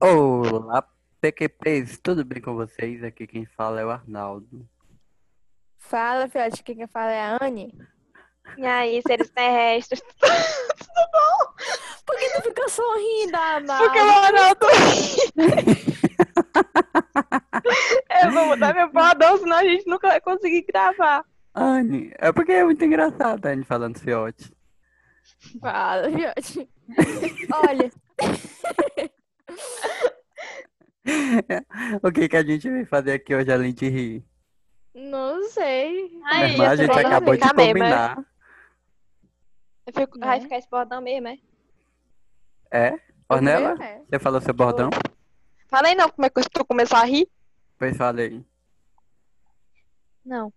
Olá, PQPs, tudo bem com vocês? Aqui quem fala é o Arnaldo. Fala, filhote, quem que fala é a Anne. E aí, seres terrestres? Por que tu fica sorrindo, Amado? Porque o Arnaldo. Eu vou mudar meu padrão, senão a gente nunca vai conseguir gravar. Anne, é porque é muito engraçado a Anne falando fiote. Fala, filhote. Olha, O que, que a gente veio fazer aqui hoje além de rir? não sei. Mas Aí, a esse gente bordão acabou de fica mesmo, é? combinar. Eu fico- Vai Né? ficar esse bordão mesmo, é? É? Ornella, É. você falou seu bordão? Falei não como é que tu começou a rir? Pois falei. Não.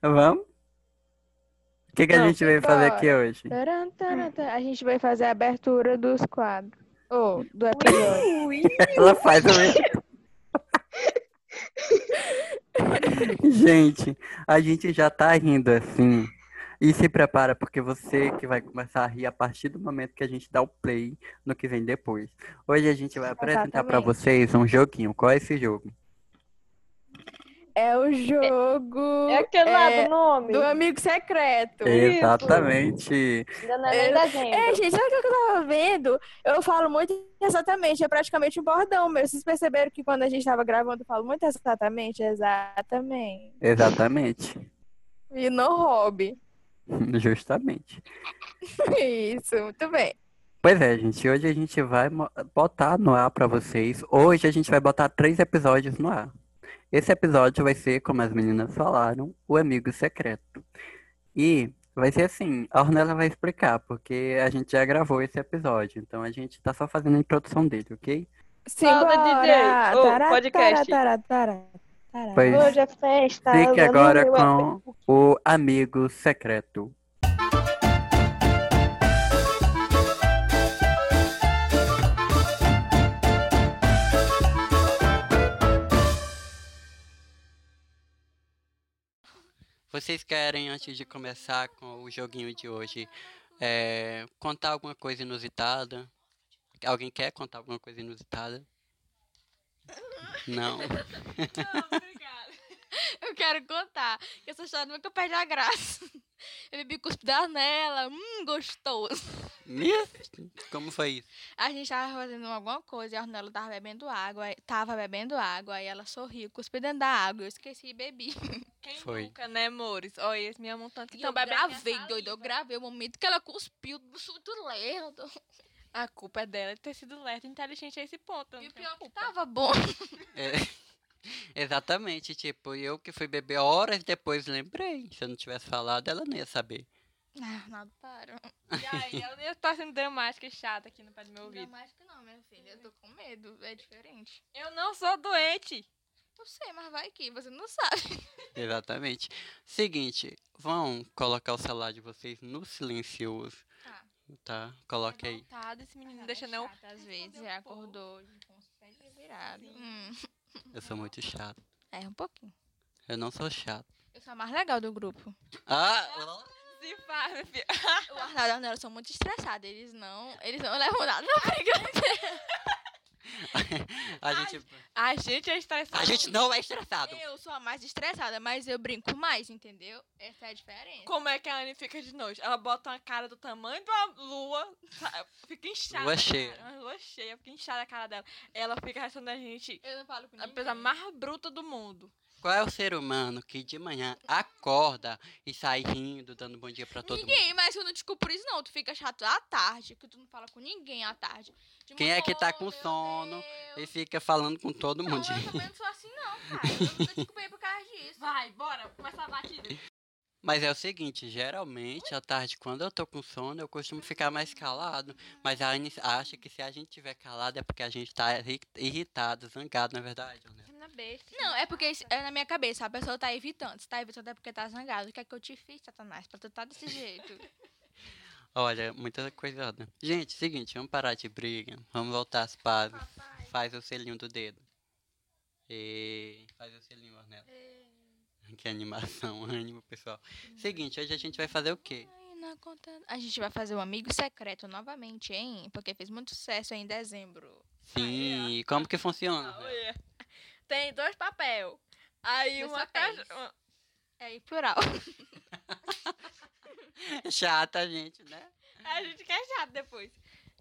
Vamos? O que, que a Não, gente veio fazer bora. aqui hoje? Taran, taran, taran. A gente vai fazer a abertura dos quadros. Ou do episódio. Ela faz o mesmo. gente, a gente já tá rindo assim. E se prepara, porque você que vai começar a rir a partir do momento que a gente dá o play no que vem depois. Hoje a gente vai apresentar pra Exatamente. vocês um joguinho. Qual é esse jogo? É o jogo. É aquele lá é, do nome. do amigo secreto. É. isso. Exatamente. Ainda não é nem dezembro. É, gente, olha o que eu tava vendo. Eu falo muito exatamente, é praticamente um bordão meu. Vocês perceberam que quando a gente tava gravando, eu falo muito exatamente, exatamente. Exatamente. E no hobby. Justamente. Isso, muito bem. Pois é, gente, hoje a gente vai mo- botar no ar pra vocês. Hoje a gente vai botar três episódios no ar. Esse episódio vai ser, como as meninas falaram, o amigo secreto. E vai ser assim, a Ornella vai explicar, porque a gente já gravou esse episódio, então a gente tá só fazendo a introdução dele, ok? Fala, DJ. Ô, podcast. Tará, tará, tará. Pois Hoje é festa. fique eu agora amo meu com o amigo secreto. Vocês querem, antes de começar com o joguinho de hoje, é, contar alguma coisa inusitada? Alguém quer contar alguma coisa inusitada? Não. Não, obrigada. Eu quero contar. que Essa história nunca perde a graça. Eu bebi cuspe da nela. Hum, gostoso. Minha- Como foi isso? A gente tava fazendo alguma coisa e a Ornella tava bebendo água. aí- Tava bebendo água. Aí ela sorriu, cuspi dentro da água. Eu esqueci e bebi. Quem Foi. nunca, né, amores? Olha, esse minha mão tanto que Então, eu bebe a gravei, minha doido. Eu saliva. gravei o momento que ela cuspiu do surto lento. A culpa é dela de ter sido lerda e inteligente a esse ponto. eu não E o tenho pior é que culpa. tava bom. Exatamente, tipo, eu que fui beber horas depois lembrei. Se eu não tivesse falado, ela não ia saber. Ah, Arnaldo, para. E aí, ela ia estar sendo dramática e chata aqui no pé do meu Não ouvido. mais que não, minha filha. Eu tô com medo. É diferente. Eu não sou doente. Eu sei, mas vai que você não sabe. Exatamente. Seguinte, vão colocar o celular de vocês no silencioso. Tá. Tá? Coloca aí. Revoltado esse menino, Ela deixa é não. chata, Às vezes, já acordou um com os pés virados. Hum, Eu sou muito chato. é, um pouquinho. Eu não sou chato. Eu sou a mais legal do grupo. Ah! Se faz, meu filho. O Arnaldo e a Arnaldo são muito estressados. Eles não, eles não levam nada na brincadeira. A gente, A gente é estressado. a gente não é estressado. Eu sou a mais estressada, mas eu brinco mais, entendeu? Essa é a diferença. Como é que a Anne fica de noite? Ela bota uma cara do tamanho de uma lua, tá? fica inchada. Lua cara. cheia. Uma lua cheia, fica inchada a cara dela. Ela fica achando a gente Eu não falo com a ninguém. coisa mais bruta do mundo. Qual é o ser humano que de manhã acorda e sai rindo, dando bom dia pra todo mundo? Ninguém, mas eu não te culpo por isso, não. Tu fica chato à tarde, que tu não fala com ninguém à tarde. De Quem é que tá manhã, com meu sono Deus. E fica falando com todo Não, mundo. eu também não sou assim, não, cara. Eu nunca te culpei por causa disso. Vai, bora, começa a batida. Mas é o seguinte, geralmente à tarde, quando eu tô com sono, eu costumo ficar mais calado. Mas a Anne acha que se a gente tiver calado é porque a gente tá irri- irritado, zangado, na verdade, né? Termina besta. Não, é porque isso- é na minha cabeça. A pessoa tá evitando. Se tá evitando é porque tá zangado. O que é que eu te fiz, Satanás? Pra tu tá desse jeito. Olha, muita coisada. Gente, seguinte, vamos parar de briga. Vamos voltar às pazes. Faz o selinho do dedo. E... Faz o selinho, né? Ornella. Que animação, ânimo, pessoal. Seguinte, hoje a gente vai fazer o quê? Ai, na conta. A gente vai fazer o Amigo Secreto novamente, hein? Porque fez muito sucesso em dezembro. Ah, Sim, e como que funciona? né? Ah, é. Tem dois papel. Aí Dois uma papéis. caixa. uma- É em plural. Chata, gente, né? A gente quer chato depois.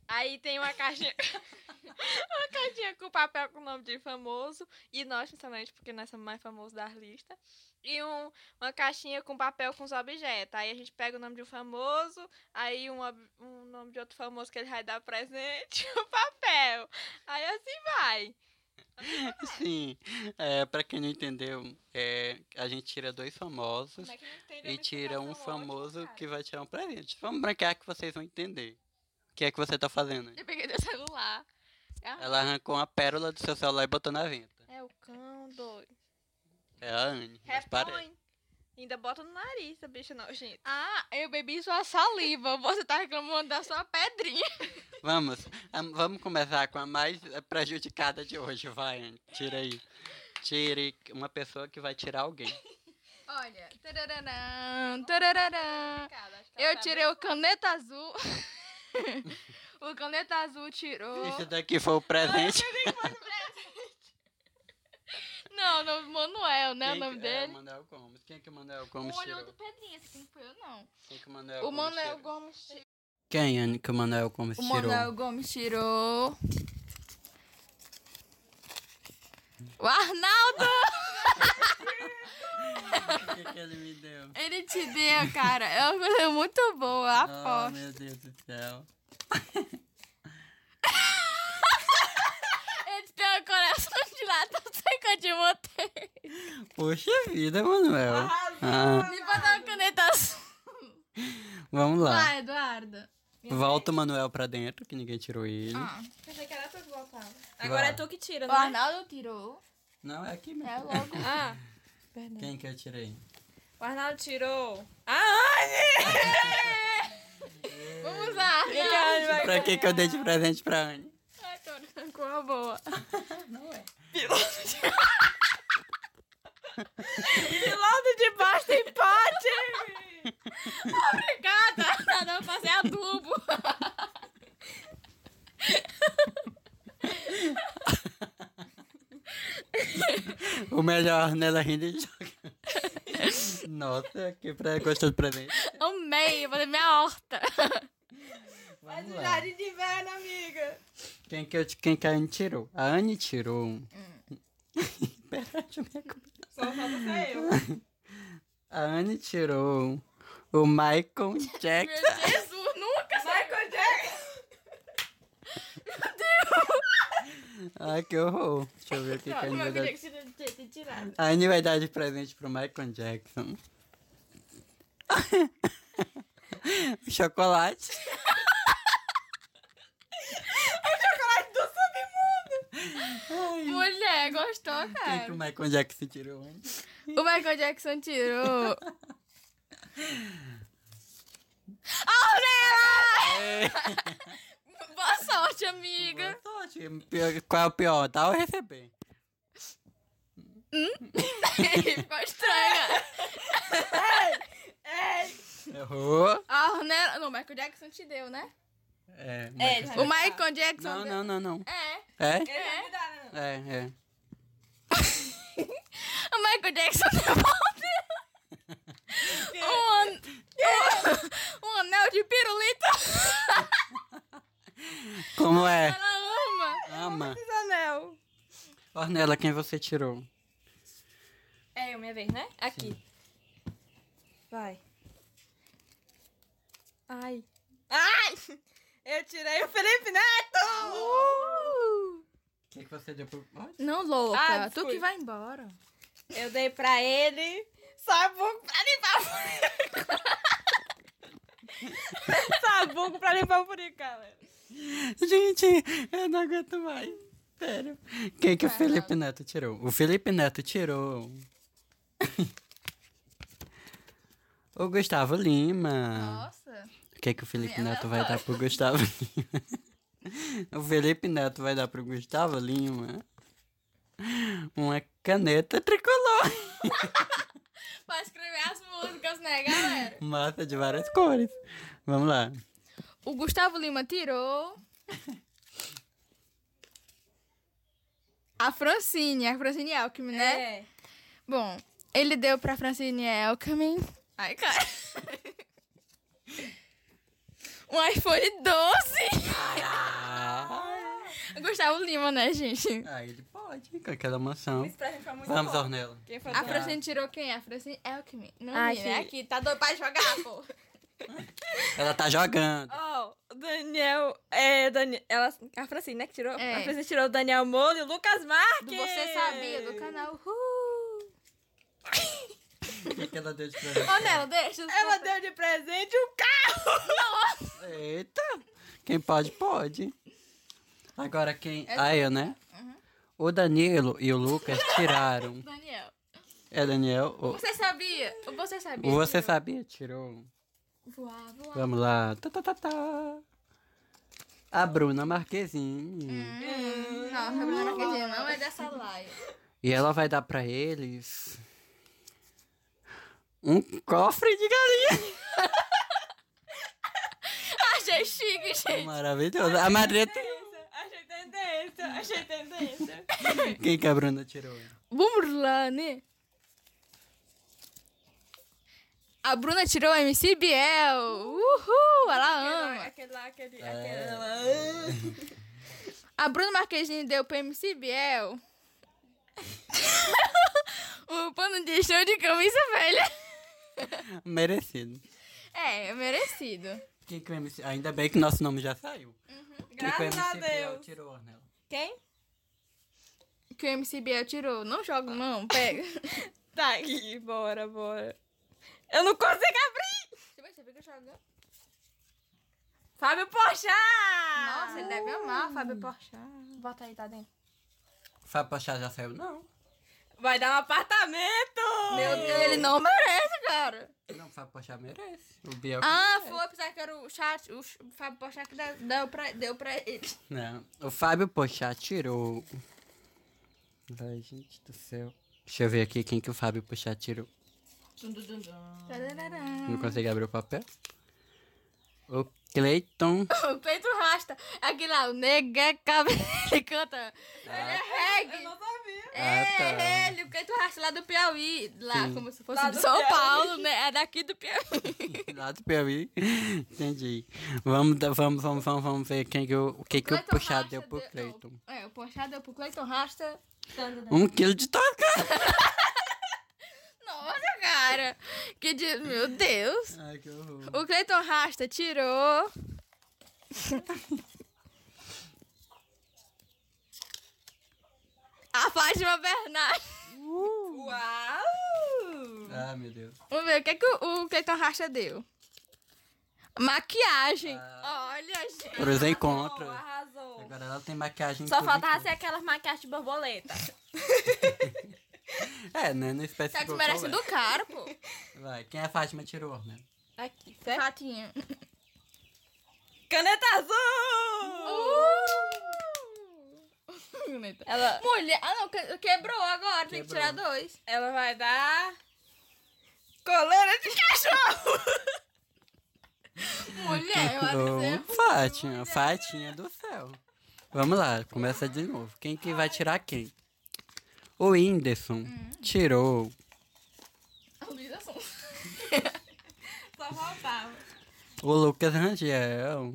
Aí tem uma caixinha. uma caixinha com papel com o nome de famoso. E nós, principalmente, porque nós somos mais famosos da lista. E um, uma caixinha com papel com os objetos. Aí a gente pega o nome de um famoso, aí um, ob- um nome de outro famoso que ele vai dar presente, o papel. Aí assim vai. Sim. É, pra quem não entendeu, é, a gente tira dois famosos Como é que não entende a e tira explicação um famoso ótima, que vai tirar um presente. Vamos branquear que vocês vão entender. O que é que você tá fazendo? Eu peguei teu celular. Ela arrancou uma pérola do seu celular e botou na venta. cara? É o cão doido. É a Anne, mas parece. Repõe. Ainda bota no nariz essa bicha nojenta. Ah, eu bebi sua saliva. Você tá reclamando da sua pedrinha. Vamos, a- vamos começar com a mais eh, prejudicada de hoje, vai, Anne. Tira aí. Tire uma pessoa que vai tirar alguém. Olha. Tarararã, tá tarararã. Eu tirei o caneta azul. o caneta azul tirou. Isso daqui foi o presente. Não, não, Manuel, né? Quem o nome que- É, o dele. Manuel Gomes. Quem que o Manuel O Gomes olho do tirou? Pedrinho, esse aqui não foi eu, não. Quem que o Manuel o Gomes Manuel tirou? Gomes tirou. Quem, Anne, que o Manuel Gomes O tirou? Manuel Gomes tirou. O Arnaldo! O que, que ele me deu? Ele te deu, cara. É uma coisa muito boa, Ah, aposto. meu Deus do céu. Ele te deu um coração de lata, não sei que eu te montei. Poxa vida, Manuel. Ah, Me botar uma caneta azul. vamos lá. Vai, Eduardo. Volta o Manuel pra dentro, que ninguém tirou ele. Ah, Pensei que era tu que voltava. Agora é tu que tira, né? o Arnaldo tirou. Não, é aqui É mesmo. logo. Ah, Quem que eu tirei? o Arnaldo tirou. A Anne! Vamos lá. Que que a Anne vai Pra que que eu dei de presente pra Anne? Ai, tô com uma boa. Piloto de baixo tem empate! Obrigada! Não, fazer adubo. O melhor nela rindo e jogando. Nossa, que pra... gostou do presente. Amei, vou ter minha horta. Vamos lá. de inverno, amiga. Quem que, eu, quem que a Anne tirou? A Anne tirou. um. Hum. Perde a né? minha coisa. Só Então, falta ser eu. A Anne tirou um. o Michael Meu Jackson. Jesus, nunca Michael Jackson. Ai, que horror. Deixa eu ver o que, que a Anne vai dar. Jackson tirado. A Anne vai dar de presente pro Michael Jackson. Chocolate. Chocolate do submundo. Mulher, gostou, Quem que cara? o Michael Jackson tirou Anne? O Michael Jackson tirou. Boa sorte, amiga. Boa sorte. Pior- Qual é o pior? Dá ou receber? Ficou estranha. Errou. A Ornella. Ah, né? Não, o Michael Jackson te deu, né? É, É, Michael já- O Michael Jackson. Não, deu- não, não, não. É. É? Ele vai mudar, não. É, é. O Michael Jackson deu um anel. um, an... um- um anel de pirulito. Como é? Ela ama. Ama. Anel. Ornella, quem você tirou? É eu, minha vez, né? Aqui. Vai. Ai. Ai! Eu tirei o Felipe Neto! O que, que você deu pro. Olha. Não, louca. Ah, tu fui. que vai embora. Eu dei pra ele sabugo pra limpar o furico. sabugo pra limpar o furico, galera. Gente, eu não aguento mais. Sério. Quem que o Felipe Neto tirou? O Felipe Neto tirou. o Gustavo Lima. Nossa. O que que o Felipe Ela Neto vai fala. dar pro Gustavo Lima? o Felipe Neto vai dar pro Gustavo Lima uma caneta tricolor. pra escrever as músicas, né, galera? Massa de várias cores. Vamos lá. O Gustavo Lima tirou. A Francine, a Francine Alckmin, né? É. Bom, ele deu pra Francine Alckmin Ai, cara. um iPhone 12. Gustavo Lima, né, gente? Ah, ele pode, com aquela mansão. Isso pra gente foi muito Vamos, bom. Ornella. Quem foi A do- Francine tirou quem? é A Francine Alckmin. Não Ah, vi, né? achei. Aqui, tá doido pra jogar, pô. Ela tá jogando. Ó, o Daniel. É, Dani... Ela, a Francine, né? Que tirou. É. A Francine tirou o Daniel Molo e o Lucas Do Marques. Você Sabia, do canal. Uh. O que que ela deu de presente? Ô, Nela, deixa. Ela deu de presente um carro. Eita! Quem pode, pode. Agora quem. É Ah, eu, né? Uhum. O Danilo e o Lucas tiraram. Daniel. É, Daniel? O... Você sabia? O Você sabia? o Você tirou. sabia? Tirou. um. Voar, voar. Vamos lá. Tá, tá, tá, tá. A Bruna Marquezine. Hum. Não, Fabiana Marquezine não é dessa live. E ela vai dar pra eles. Um cofre de galinha. Achei chique, gente. Tá Maravilhoso. A madrinha tem. um. Achei tendência, achei tendência. Quem que a Bruna tirou? Burlane. A Bruna tirou o MC Biel. Uhul, ela ama. aquele lá, aquele. É. aquele lá. A Bruna Marquezine deu pro MC Biel o pano de chão de camisa velha. Merecido. É, é merecido. Quem que o MC... Ainda bem que nosso nome já saiu. Uhum. Quem que o Graças a MC Biel Deus. tirou, Ornella? Quem? Que o MC Biel tirou. Não joga, não. Pega. Tá aqui, bora, bora. Eu não consigo abrir! Você vê que eu jogo? Fábio Pochá! Nossa, ele deve amar, Fábio Porchat. Bota aí, tá dentro. Fábio Pochá já saiu? Não. Vai dar um apartamento! Meu Deus, ele não merece, cara. Não, Fábio Pochá merece. O Biel... Ah, foi, apesar que era o chat, o ch- Fábio Porchat que deu- deu pra, deu pra ele. Não. O Fábio Pochá tirou... Ai, gente do céu. Deixa eu ver aqui quem que o Fábio Pochá tirou. Não consegui abrir o papel. O Cleiton... O peito rasta. Aqui lá, o nega cabelo. Ele canta. Ele é reggae. É, Ah, tá. ele, o peito rasta lá do Piauí. Lá, Sim. como se fosse de São Paulo, né? É daqui do Piauí. Lá do Piauí. Entendi. Vamos, da- vamos, vamos, vamos, vamos ver quem que o, o que, que o Cleiton Pochá Rasta deu pro deu- Cleiton. É, o Porchat deu pro Cleiton Rasta. Um quilo de tosca. Nossa, cara. Que de... Meu Deus. Ai, que horror. O Cleiton Rasta tirou. A Fátima Bernardo. Uau! Ah, meu Deus. Vamos ver o que, é que o, o Cleiton Rasta deu. Maquiagem. Olha, gente. Pros encontros. Arrasou! Agora ela tem maquiagem. Só tudo faltava aqui. ser aquelas maquiagens de borboleta. É, né? Não Tá especificou qual desmerecendo o cara, pô. é. Vai, quem é a Fátima tirou, né? Aqui, certo? Fatinho. É? Caneta azul! Uh! Ela, Mulher. Ah, não. que- Quebrou agora. Tem que Quebrou. tirar dois. ela vai dar. Coleira de cachorro! Mulher, eu acho é que você- Ô, Fátima, Fátima do céu. Vamos lá, começa de novo. Quem que vai tirar quem? O Whindersson Hum. tirou. A Luísa Sonza. Só faltava. O Lucas Rangel.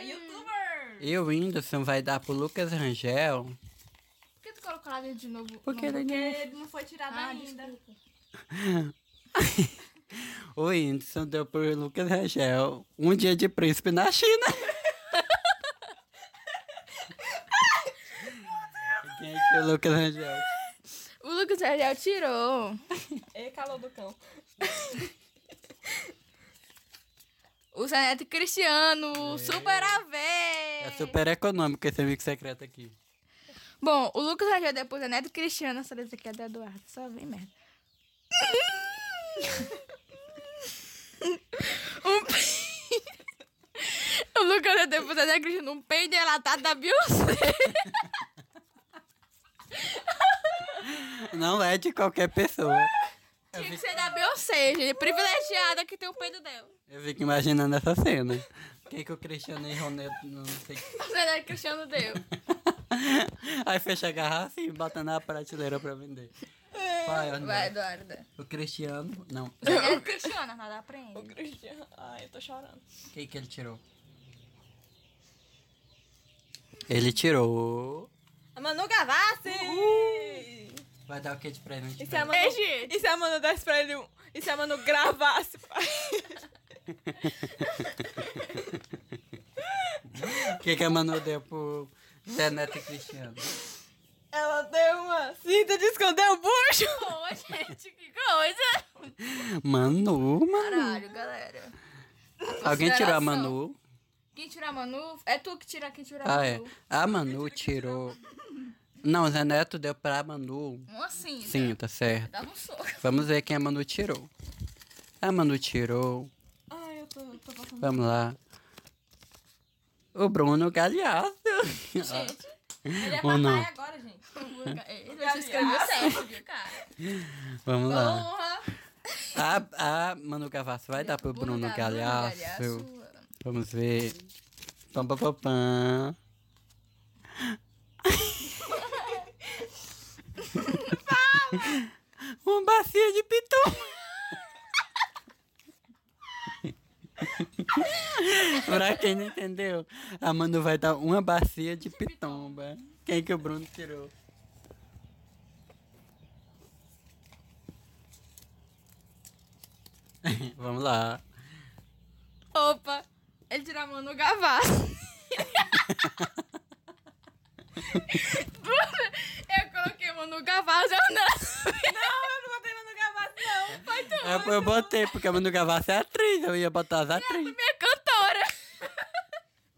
Youtuber! E o Whindersson vai dar pro Lucas Rangel. Por que tu colocou lá dentro de novo? Porque Não, ele é- não Ele não foi tirado Ah, ainda. O Whindersson deu pro Lucas Rangel um dia de príncipe na China. Quem é que é o Lucas Rangel? O Lucas Ariel tirou. E calor do cão. O Zaneto Cristiano, super AV. É super econômico esse amigo secreto aqui. Bom, o Lucas Ariel depois é Neto Cristiano. Essa letra aqui é da Eduardo. Só vem merda. um pe- O Lucas Ariel depois é Neto Cristiano. Um peido delatado da Beyoncé. Não é de qualquer pessoa. Tinha que ser da Beyoncé, gente. Privilegiada que tem o peito dela. Eu fico imaginando essa cena. O que, que o Cristiano e Ronaldo não sei. A cena que o Cristiano deu. Aí fecha a garrafa e bota na prateleira pra vender. Vai, Arnaldo. É, Vai, Eduarda. O Cristiano. Não. O É o Cristiano, nada aprende. Cristiano. Ai, eu tô chorando. que, que ele tirou? Ele tirou. A Manu Gavassi! Vai dar o que de presente? E se pra a ele? Manu, e se a Manu desse pra ele um... E se a Manu gravasse? O que, que a Manu deu pro Zé Neto e Cristiano? Ela deu uma cinta de esconder o bucho! Ô, gente, que coisa. Manu, mano. Caralho, galera. Alguém tirou a Consideração. Manu? Quem tira a Manu? É tu que tira quem tira Tá a Ah, é. Manu. A Manu tirou. Não, o Zé Neto deu pra Manu. Um assim. Sim, tá certo. Dava um soco. Vamos ver quem a Manu tirou. A Manu tirou. Ai, eu tô, eu tô passando. Vamos lá. O Bruno Galhaço. Ele é Ou papai não. agora, gente. Ele já escreveu certo, viu, cara? Vamos lá. Honra. A, a Manu Gavassi vai dar pro Bruno, Ga- Bruno Galhaço. Vamos ver. Pam, pam, pam, pam. Um bacia de pitu. pra quem não entendeu, a Manu vai dar uma bacia de pitomba. Quem que o Bruno tirou? Vamos lá. Opa, ele tirou a Manu Gavassi. eu coloquei Manu Gavassi, eu não. Não, eu não botei Manu Gavassi, não. Vai tu. Eu, eu botei, porque a Manu Gavassi é atriz, eu ia botar as atrizes. Minha é cantora.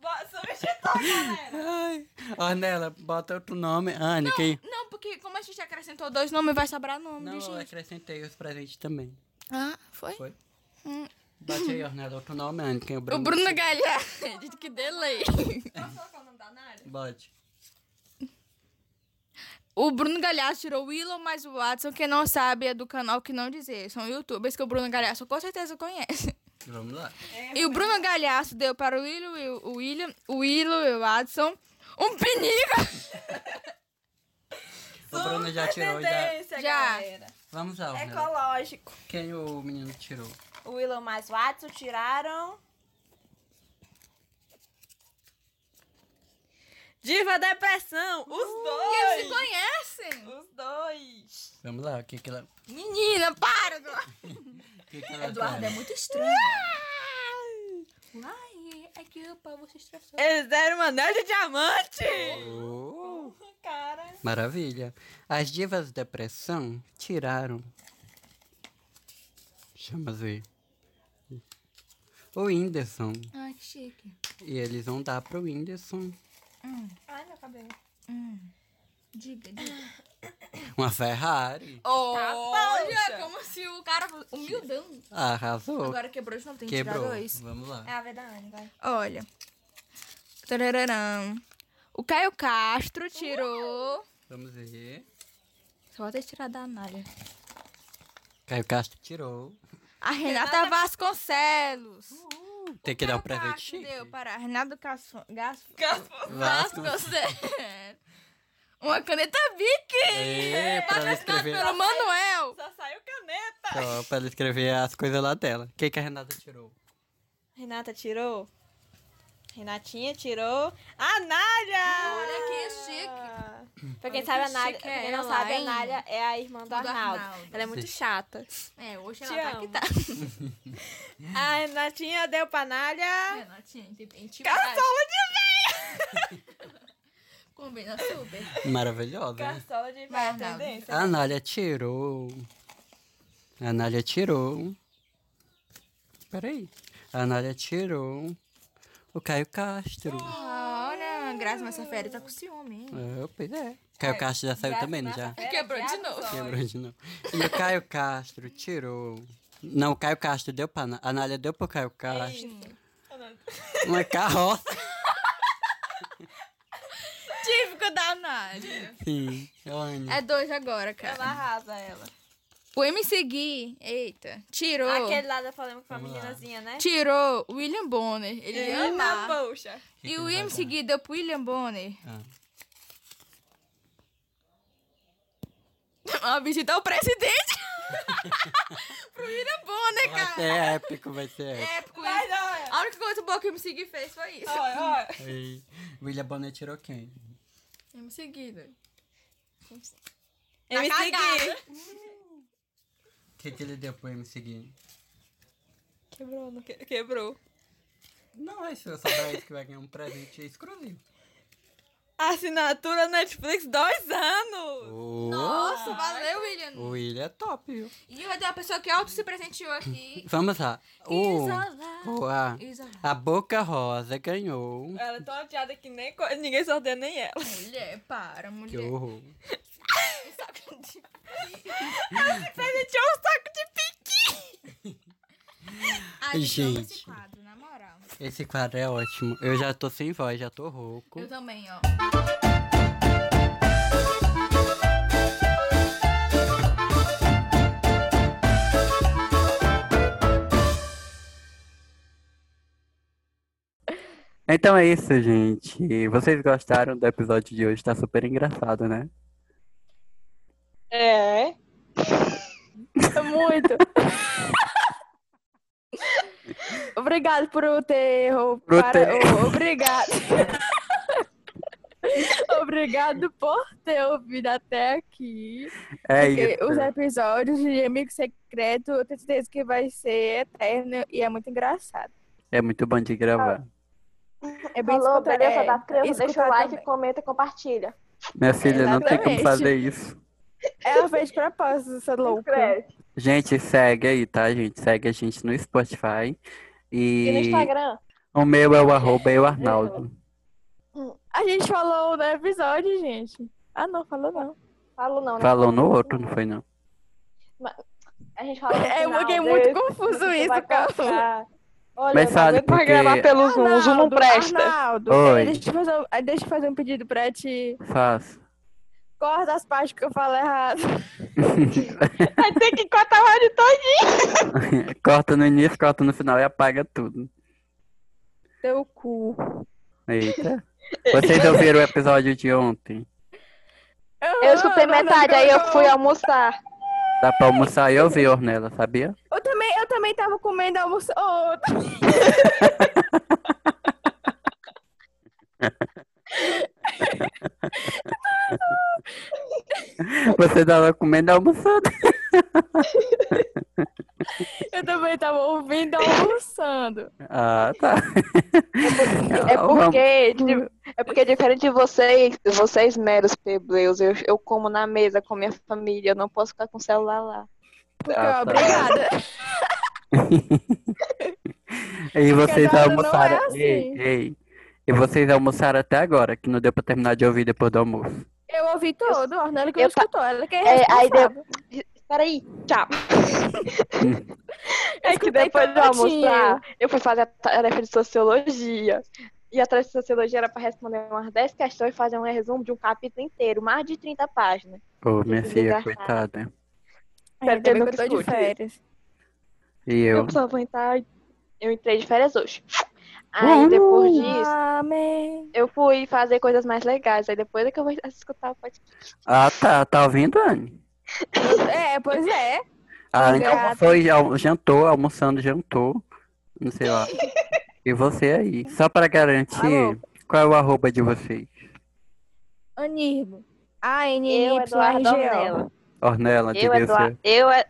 Bo- Substitui, galera. Ai. Ornella, bota outro nome. Anne, quem? Não, porque como a gente acrescentou dois nomes, vai sobrar nome, Não, é. eu gente. acrescentei os presentes também. Ah, foi? Foi? Bote aí, Ornella, outro nome, Anne, quem é o Bruno? Hum. O Bruno Galhardo. Gente, que delay. Posso colocar o nome da Nália? Bote. O Bruno Galhardo tirou Willow mais o Watson. Quem não sabe é do canal que não dizer. São youtubers que o Bruno Galhardo com certeza conhece. Vamos lá. E o Bruno Galhaço deu para o Willow, e o William, o Willow e o Watson um pinico. O Bruno já tirou. Já... Tendência, Já. galera. Vamos lá, É Ornella. Ecológico. Quem o menino tirou? O Elon mais Watson tiraram. Diva Depressão, os Eles se dois! conhecem. Os dois! Vamos lá, o que que ela... Menina, para. Eduardo. O que que ela Eduardo, é faz? muito estranho. Uai, é que o povo se estressou. Eles deram um anel de diamante! Oh, Cara, maravilha. As divas depressão tiraram. Chama ver. O Whindersson. Ai, que chique. E eles vão dar pro Whindersson ai meu cabelo. Diga, diga. uma Ferrari. Oh. Tá Olha, como se o cara... fosse Humildão. Arrasou. Agora quebrou de novo, tem que tirar Quebrou. dois. Vamos lá. É a vez da Anne, vai. Olha. Tarararã. O Caio Castro tirou... Vamos ver. Só vou até tirar da Anália. Caio Castro tirou. A Renata Hum. Vasconcelos. Tem que dar um Caio presente Castro chique. Tá. Deu para Renato Gasfo... Gasfo... Vasco. Vasconcelos. Uma caneta Bic. É, pra ela escrever. Pelo Manuel. Só saiu caneta! Só pra ela escrever as coisas lá dela. O que, que a Renata tirou? Renata tirou. Renatinha tirou. A Nália! Olha que chique. Pra quem Olha sabe, a que Nália, chique pra quem é não ela, sabe, a hein? Nália é a irmã do, Do Arnaldo. Arnaldo. Ela é muito chata. É, hoje Te ela tá amo. que tá. É. A Renatinha deu pra Nália. Renatinha, intimidade. Cartola de Combina super. Maravilhosa. né? Cartola de Vai, vai, Arnaldo. tendência. A Anália tirou. A Anália tirou. Peraí. A Anália tirou. O Caio Castro. Olha, Graça Massafera tá com ciúme, hein? É, pois é. Caio Castro já saiu também, não já? Quebrou de novo. Quebrou de novo. E o Caio Castro tirou. Não, o Caio Castro deu pra. Ana- A Anália deu pro Caio Castro. Tá Uma carroça. Típico da Nádia. Sim. Olha. É dois agora, cara. Ela arrasa ela. Põe me seguir. Eita. Tirou. Aquele lá da falamos com a Vamos lá. meninazinha, né? Tirou William Bonner. Ele ia Eita, amar. poxa. que E que ele o vai William dar? seguido deu pro William Bonner. Ah. A bicha tá o presidente. pro William Ah, Vai Bonner, cara. ser épico, vai ser épico. Épico. isso. A única coisa boa que o me seguir fez foi isso. É. E William Bonner tirou quem? Eu me seguido. Eu me segui. O que, que ele deu pro MC Gui? Quebrou, não que- quebrou. Não, é isso, só pra isso que vai ganhar um presente exclusivo. Assinatura Netflix, dois anos. Ô, Nossa, valeu, William. O William é top, viu? E eu dei uma pessoa que auto se presenteou aqui. Vamos lá. O, o- a, Isolar. a Boca Rosa ganhou. um Ela é tão odiada que nem co- ninguém sorteia nem ela. Mulher, para, Que mulher. horror. Presenteou um saco de Ai, gente, Ah, eu amo Gente. esse quadro, na moral. Esse quadro é ótimo. Eu já tô sem voz, já tô rouco. Eu também, ó. Então é isso, gente. Vocês gostaram do episódio de hoje? Tá super engraçado, né? É. Muito. Obrigado por eu ter. ou- Por eu para- ter- ou- Obrigado. Obrigado por ter ouvido até aqui. É Porque isso. Os episódios de Amigo Secreto, eu tenho certeza que vai ser eterno e é muito engraçado. É muito bom de gravar. É bem Falou, escutar- beleza é, das crianças, deixa escutar o like, também. comenta, compartilha. Minha filha, não tem como Exatamente. fazer isso. É, Ela fez de propósito, essa louca. Escreve. Gente, segue aí, tá, gente? Segue a gente no Spotify. E no E Instagram. o meu é o arroba eu, Arnaldo. A gente falou no episódio, gente. Ah, não, falou não. Falou não, né? Falou no outro, não foi não? A gente falou no É, eu final fiquei desse, muito que confuso tu isso, vai cara. cortar. Olha, Mas não sabe aguento mais porque- gravar pelo Zoom, o Zoom não presta. Arnaldo, Oi. Deixa, eu fazer, um- deixa eu fazer um pedido pra ti. Faço. Corta as partes que eu falo errado. Vai ter que cortar o áudio todo. corta no início, corta no final e apaga tudo. Teu cu. Eita. Vocês ouviram o episódio de ontem? Eu escutei não, não, metade, não, aí eu não. fui almoçar. Dá pra almoçar e ouvir, Ornella, sabia? Eu também, eu também tava comendo almoço. Oh, Você tava comendo e almoçando. eu também tava ouvindo almoçando. Ah, tá. É porque, de- é porque diferente de vocês, vocês meros plebeus, eu, eu como na mesa com minha família, eu não posso ficar com o celular lá. é Porque, Ah, tá. ó, obrigada. E vocês Cada hora não é almoçaram. assim. Ei, ei. E vocês almoçaram até agora, que não deu pra terminar de ouvir depois do almoço. Eu ouvi todo, a Ornella que não eu ta- escutou. Ela que é É, aí responsável. Espera aí, tchau. é que escutei depois de eu todinho. almoçar, eu fui fazer a tarefa de sociologia. E a tarefa de sociologia era pra responder umas 10 questões e fazer um resumo de um capítulo inteiro, mais de 30 páginas. Ô, minha Que filha, desgraçado. coitada. Ainda Espero que ele bem não que eu tô de escute. férias. E Eu, eu. só vou entrar. Eu entrei de férias hoje. Aí depois disso, Amém. eu fui fazer coisas mais legais. Aí depois é que eu vou escutar o podcast. Ah, tá. Tá ouvindo, Anne? É, pois é. A Anne Obrigada. almoçou, e Ah, então al- jantou, almoçando, jantou. Não sei lá. E você aí. Só pra garantir, Alô? qual é o arroba de vocês? Anirbo. A N Eu, Y R G Eduardo O. Ornella. Ornella, Eu, devia ser. Eduardo, eu, E-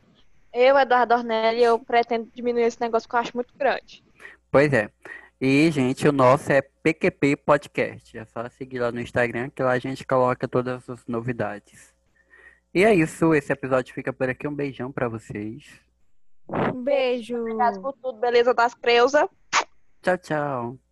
eu, Eduardo Ornelli, eu pretendo diminuir esse negócio que eu acho muito grande. Pois é. E, gente, o nosso é PQP Podcast. É só seguir lá no Instagram que lá a gente coloca todas as novidades. E é isso. Esse episódio fica por aqui. Um beijão pra vocês. Um beijo. Obrigado por tudo, beleza das creusa. Tchau, tchau.